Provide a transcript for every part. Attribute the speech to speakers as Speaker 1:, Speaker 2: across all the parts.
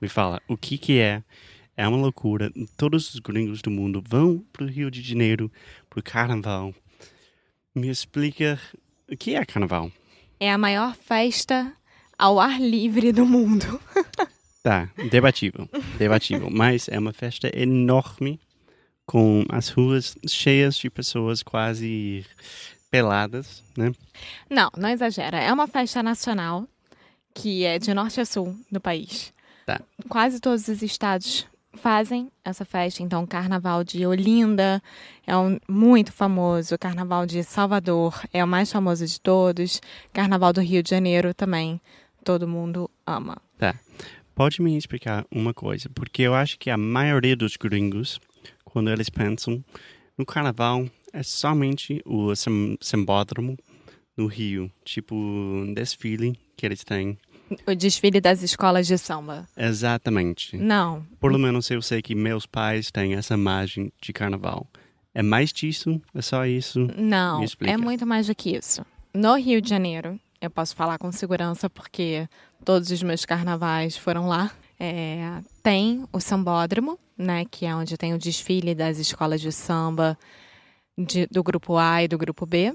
Speaker 1: Me fala, o que que é? É uma loucura. Todos os gringos do mundo vão pro Rio de Janeiro, pro carnaval. Me explica o que é carnaval.
Speaker 2: É a maior festa ao ar livre do mundo.
Speaker 1: Tá, debatível, debatível. Mas é uma festa enorme, com as ruas cheias de pessoas quase peladas, né?
Speaker 2: Não, não exagera. É uma festa nacional que é de norte a sul do país.
Speaker 1: Tá.
Speaker 2: Quase todos os estados fazem essa festa. Então, o carnaval de Olinda é um muito famoso, o carnaval de Salvador é o mais famoso de todos, carnaval do Rio de Janeiro também. Todo mundo ama.
Speaker 1: Tá. Pode me explicar uma coisa, porque eu acho que a maioria dos gringos, quando eles pensam no carnaval, é somente o sem- sambódromo no Rio, tipo um desfile que eles têm.
Speaker 2: O desfile das escolas de samba.
Speaker 1: Exatamente.
Speaker 2: Não,
Speaker 1: Pelo menos eu sei que meus pais têm essa imagem de carnaval. É mais disso? É só isso?
Speaker 2: Não,
Speaker 1: Me explica.
Speaker 2: é muito mais do que isso. No Rio de Janeiro, eu posso falar com segurança porque todos os meus carnavais foram lá. É, tem o sambódromo, né, que é onde tem o desfile das escolas de samba de- do grupo A e do grupo B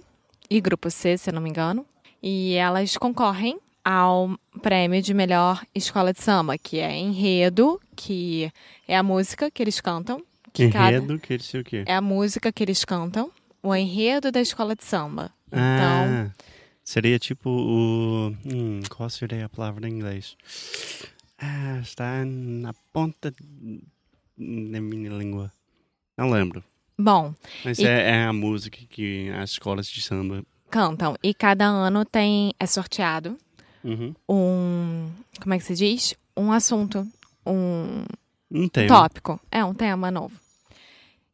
Speaker 2: e grupo C, se eu não me engano. E elas concorrem ao prêmio de melhor escola de samba, que é enredo, que é a música que eles cantam. Que cada-
Speaker 1: Enredo, que não sei o quê.
Speaker 2: é a música que eles cantam, o enredo da escola de samba. Então,
Speaker 1: Ah, seria tipo o. Hum, qual seria a palavra em inglês? Ah, está na ponta da minha língua. Não lembro.
Speaker 2: bom,
Speaker 1: Mas
Speaker 2: E-
Speaker 1: é, é a música que as escolas de samba.
Speaker 2: cantam e cada ano tem é sorteado
Speaker 1: Uhum.
Speaker 2: um, como é que se diz? Um assunto, um
Speaker 1: Um tema.
Speaker 2: tópico, é um tema novo.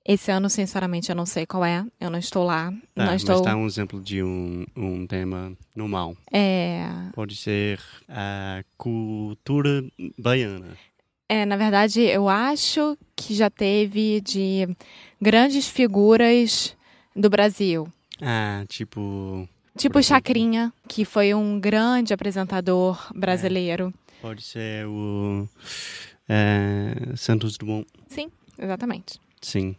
Speaker 2: Esse ano, sinceramente, eu não sei qual é, eu não estou lá,
Speaker 1: Tá, um
Speaker 2: não
Speaker 1: mas
Speaker 2: estou.
Speaker 1: dá um exemplo de um, um tema normal.
Speaker 2: É,
Speaker 1: Pode ser a cultura baiana.
Speaker 2: é, na verdade, eu acho que já teve de grandes figuras do Brasil.
Speaker 1: Ah, tipo. Por
Speaker 2: Tipo
Speaker 1: exemplo.
Speaker 2: Chacrinha, que foi um grande apresentador brasileiro.
Speaker 1: Pode ser o. eh, Santos Dumont.
Speaker 2: Exatamente.
Speaker 1: Sim.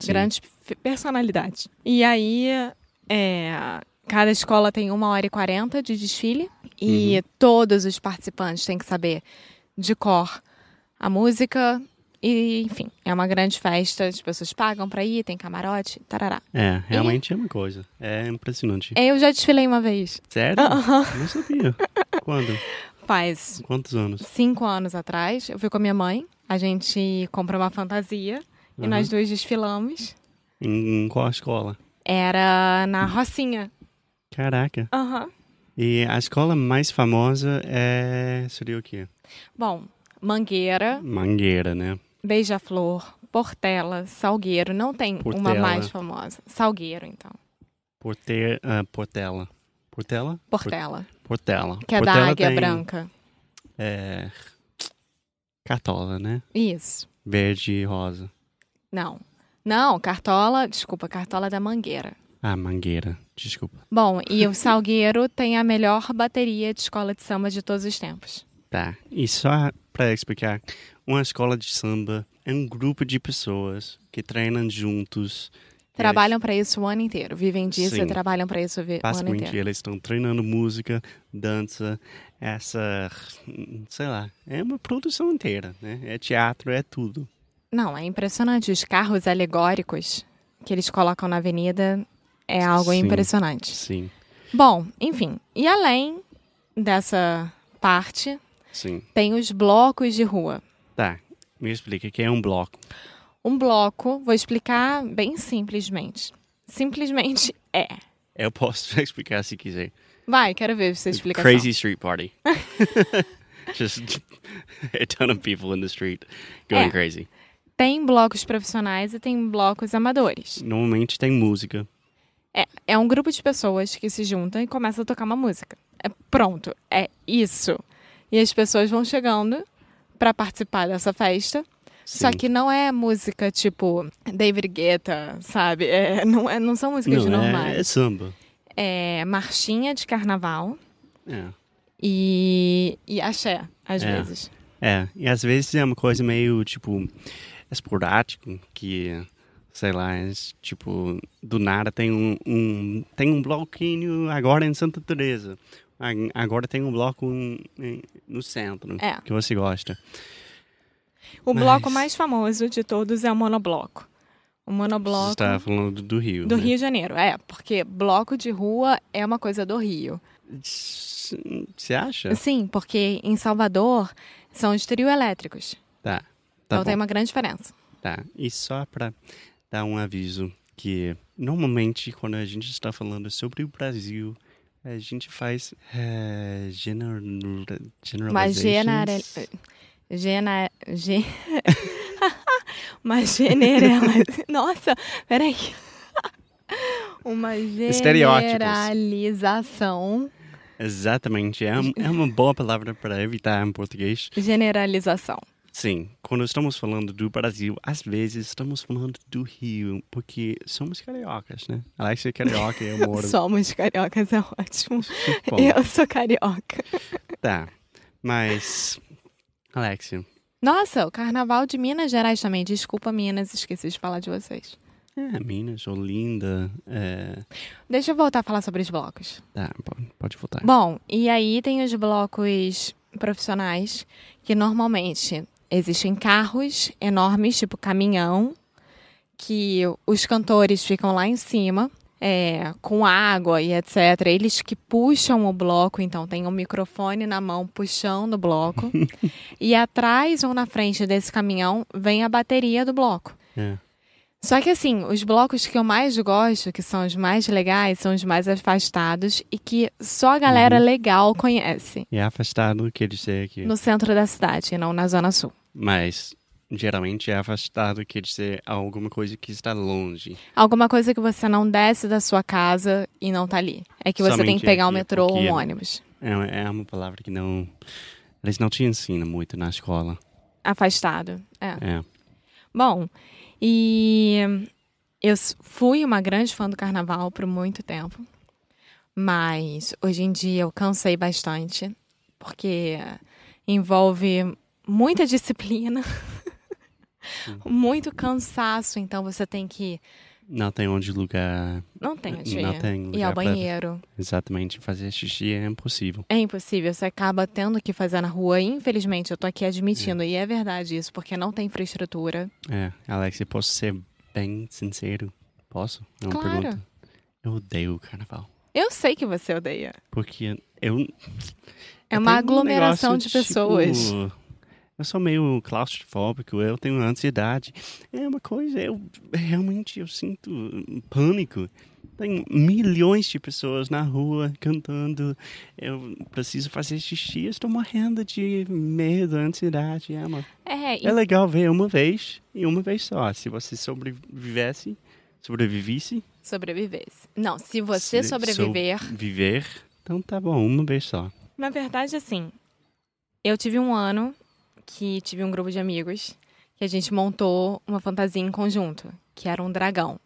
Speaker 1: Sim.
Speaker 2: Grande f- personalidade. E aí, é, cada escola tem uma hora e quarenta de desfile. E todos os participantes têm que saber de cor a música. E, enfim, é uma grande festa. As pessoas pagam pra ir, tem camarote, tarará.
Speaker 1: É, realmente é uma coisa. É impressionante.
Speaker 2: Eu já desfilei uma vez.
Speaker 1: Sério? Não sabia. Quando?
Speaker 2: Faz
Speaker 1: Quantos anos?
Speaker 2: cinco anos atrás, eu fui com a minha mãe. A gente comprou uma fantasia. E
Speaker 1: Aham.
Speaker 2: nós duas desfilamos.
Speaker 1: Em qual escola?
Speaker 2: Era na Rocinha.
Speaker 1: Caraca.
Speaker 2: Aham.
Speaker 1: E a escola mais famosa é. seria o quê?
Speaker 2: Bom, Mangueira,
Speaker 1: Mangueira, né?
Speaker 2: Beija-Flor, Portela, Salgueiro. Não tem uma
Speaker 1: Portela.
Speaker 2: mais famosa. Salgueiro, então.
Speaker 1: Porte... ah, Portela. Portela?
Speaker 2: Portela,
Speaker 1: Portela.
Speaker 2: que é
Speaker 1: Portela
Speaker 2: da Águia
Speaker 1: tem,
Speaker 2: Branca.
Speaker 1: É... Cartola, né?
Speaker 2: Isso.
Speaker 1: Verde e rosa.
Speaker 2: Não. Não, Cartola, desculpa, Cartola é da Mangueira.
Speaker 1: Ah, Mangueira. Desculpa.
Speaker 2: Bom, e o Salgueiro tem a melhor bateria de escola de samba de todos os tempos.
Speaker 1: Tá. E só para explicar, uma escola de samba é um grupo de pessoas que treinam juntos. Eles-
Speaker 2: Trabalham pra isso o ano inteiro. Vivem disso
Speaker 1: Sim.
Speaker 2: e trabalham pra isso vi- o ano
Speaker 1: Basicamente,
Speaker 2: inteiro.
Speaker 1: eles estão treinando música, dança, essa. sei lá. É uma produção inteira, né? É teatro, é tudo.
Speaker 2: Não, é impressionante. Os carros alegóricos que eles colocam na avenida É algo
Speaker 1: Sim.
Speaker 2: impressionante.
Speaker 1: Sim,
Speaker 2: Bom, enfim. E além dessa parte,
Speaker 1: sim.
Speaker 2: tem os blocos de rua.
Speaker 1: Tá, me explica o que é um bloco.
Speaker 2: Um bloco, vou explicar bem simplesmente. Simplesmente é.
Speaker 1: Eu posso explicar se quiser.
Speaker 2: Vai, quero ver você explicar.
Speaker 1: Crazy street party. Just a ton of people in the street going
Speaker 2: É.
Speaker 1: crazy.
Speaker 2: Tem blocos profissionais e tem blocos amadores.
Speaker 1: Normalmente tem música.
Speaker 2: É, é um grupo de pessoas que se juntam e começam a tocar uma música. É pronto, é isso. E as pessoas vão chegando para participar dessa festa. Só
Speaker 1: Sim.
Speaker 2: que não é música tipo David Guetta, sabe? É, não, é- não são músicas
Speaker 1: Não, é, é
Speaker 2: normais.
Speaker 1: samba.
Speaker 2: É marchinha de carnaval
Speaker 1: É.
Speaker 2: e, e axé, às
Speaker 1: É.
Speaker 2: vezes.
Speaker 1: É, e às vezes é uma coisa meio, tipo, esporádico, que, sei lá, é, tipo, do nada tem um, um- tem um bloquinho agora em Santa Teresa, A- agora tem um bloco em- em- no centro,
Speaker 2: É.
Speaker 1: que você gosta.
Speaker 2: O
Speaker 1: Mas-
Speaker 2: bloco mais famoso de todos é o monobloco. O monobloco
Speaker 1: Você estava falando do, do Rio,
Speaker 2: do
Speaker 1: né?
Speaker 2: Rio de Janeiro. É, porque bloco de rua é uma coisa do Rio.
Speaker 1: S- Você acha?
Speaker 2: Sim, porque em Salvador são os trio elétricos.
Speaker 1: Tá, tá
Speaker 2: então
Speaker 1: bom.
Speaker 2: tem uma grande diferença.
Speaker 1: Tá, e só para dar um aviso que normalmente quando a gente está falando sobre o Brasil, a gente faz eh, gener
Speaker 2: Mas
Speaker 1: generalizations.
Speaker 2: general. Gena... Ge... uma generela. Nossa, peraí. Uma
Speaker 1: Estereótipos.
Speaker 2: generalização.
Speaker 1: Exatamente, é, um- é uma boa palavra para evitar em português.
Speaker 2: Generalização.
Speaker 1: Sim, quando estamos falando do Brasil, às vezes estamos falando do Rio, porque somos cariocas, né? Alex é carioca e eu moro.
Speaker 2: Somos cariocas, é ótimo.
Speaker 1: Bom,
Speaker 2: Eu sou carioca.
Speaker 1: Tá, mas... Alexia,
Speaker 2: Nossa, o carnaval de Minas Gerais também. Desculpa, Minas, esqueci de falar de vocês.
Speaker 1: é, Minas, Olinda, é,
Speaker 2: Deixa eu voltar a falar sobre os blocos.
Speaker 1: Tá, pode, pode voltar.
Speaker 2: Bom, e aí tem os blocos profissionais, que normalmente existem carros enormes, tipo caminhão, que os cantores ficam lá em cima, é, com água e etc. Eles que puxam o bloco, então tem um microfone na mão puxando o bloco. e atrás ou na frente desse caminhão vem a bateria do bloco.
Speaker 1: É.
Speaker 2: Só que assim, os blocos que eu mais gosto, que são os mais legais, são os mais afastados e que só a galera
Speaker 1: Uhum.
Speaker 2: legal conhece.
Speaker 1: E É afastado quer dizer que.
Speaker 2: No centro da cidade, e não na Zona Sul.
Speaker 1: Mas geralmente é afastado quer dizer alguma coisa que está longe.
Speaker 2: Alguma coisa que você não desce da sua casa e não tá ali. É que você tem
Speaker 1: Somente
Speaker 2: que pegar o
Speaker 1: aqui,
Speaker 2: metrô ou
Speaker 1: porque-
Speaker 2: um ônibus.
Speaker 1: É, uma- é uma palavra que não. Eles não te ensinam muito na escola.
Speaker 2: Afastado. É.
Speaker 1: É.
Speaker 2: Bom, e eu s- fui uma grande fã do carnaval por muito tempo, mas hoje em dia eu cansei bastante, porque envolve muita disciplina, muito cansaço, então você tem que.
Speaker 1: Não tem onde lugar.
Speaker 2: Não tem onde
Speaker 1: Não
Speaker 2: ir.
Speaker 1: tem
Speaker 2: ir ao
Speaker 1: lugar pra-
Speaker 2: banheiro.
Speaker 1: Exatamente. Fazer xixi é impossível.
Speaker 2: É impossível, você acaba tendo que fazer na rua. Infelizmente, eu tô aqui admitindo, e é verdade isso, porque não tem infraestrutura.
Speaker 1: É. Alex, eu posso ser bem sincero? Posso? É uma
Speaker 2: Claro.
Speaker 1: pergunta. Eu odeio o carnaval.
Speaker 2: Eu sei que você odeia.
Speaker 1: Porque eu Eu
Speaker 2: É uma
Speaker 1: tenho um
Speaker 2: aglomeração
Speaker 1: negócio
Speaker 2: de pessoas.
Speaker 1: tipo, eu sou meio claustrofóbico, eu tenho ansiedade. É uma coisa, eu realmente eu sinto pânico. Tem milhões de pessoas na rua cantando. Eu preciso fazer xixi, eu estou morrendo de medo, ansiedade. É, uma-
Speaker 2: É, e
Speaker 1: é legal ver uma vez e uma vez só. Se você sobrevivesse, sobrevivesse,
Speaker 2: sobrevivesse. Não, se você
Speaker 1: Se-
Speaker 2: sobreviver.
Speaker 1: viver, então tá bom, uma vez só.
Speaker 2: Na verdade, assim, eu tive um ano que tive um grupo de amigos que a gente montou uma fantasia em conjunto, que era um dragão.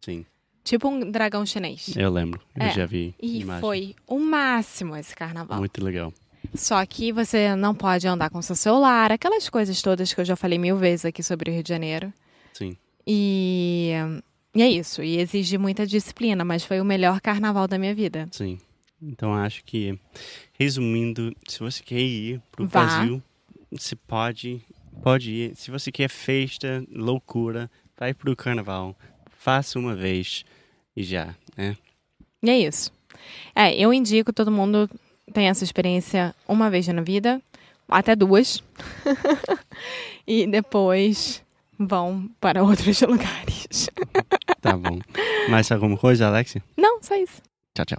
Speaker 1: Sim,
Speaker 2: Tipo um dragão chinês.
Speaker 1: eu lembro, eu
Speaker 2: É,
Speaker 1: já vi.
Speaker 2: E
Speaker 1: imagem.
Speaker 2: foi o máximo esse carnaval.
Speaker 1: Muito legal.
Speaker 2: Só que você não pode andar com seu celular, aquelas coisas todas que eu já falei mil vezes aqui sobre o Rio de Janeiro.
Speaker 1: Sim.
Speaker 2: E, e é isso. E exige muita disciplina, mas foi o melhor carnaval da minha vida.
Speaker 1: Sim. Então acho que, resumindo, se você quer ir pro
Speaker 2: Vá.
Speaker 1: Brasil, você pode, pode ir. Se você quer festa, loucura, vai pro carnaval, faça uma vez. e já, né?
Speaker 2: E é isso. É, eu indico todo mundo tem essa experiência uma vez na vida, até duas. e depois vão para outros lugares.
Speaker 1: Tá bom. Mais alguma coisa, Alexia?
Speaker 2: Não, só isso.
Speaker 1: Tchau, tchau.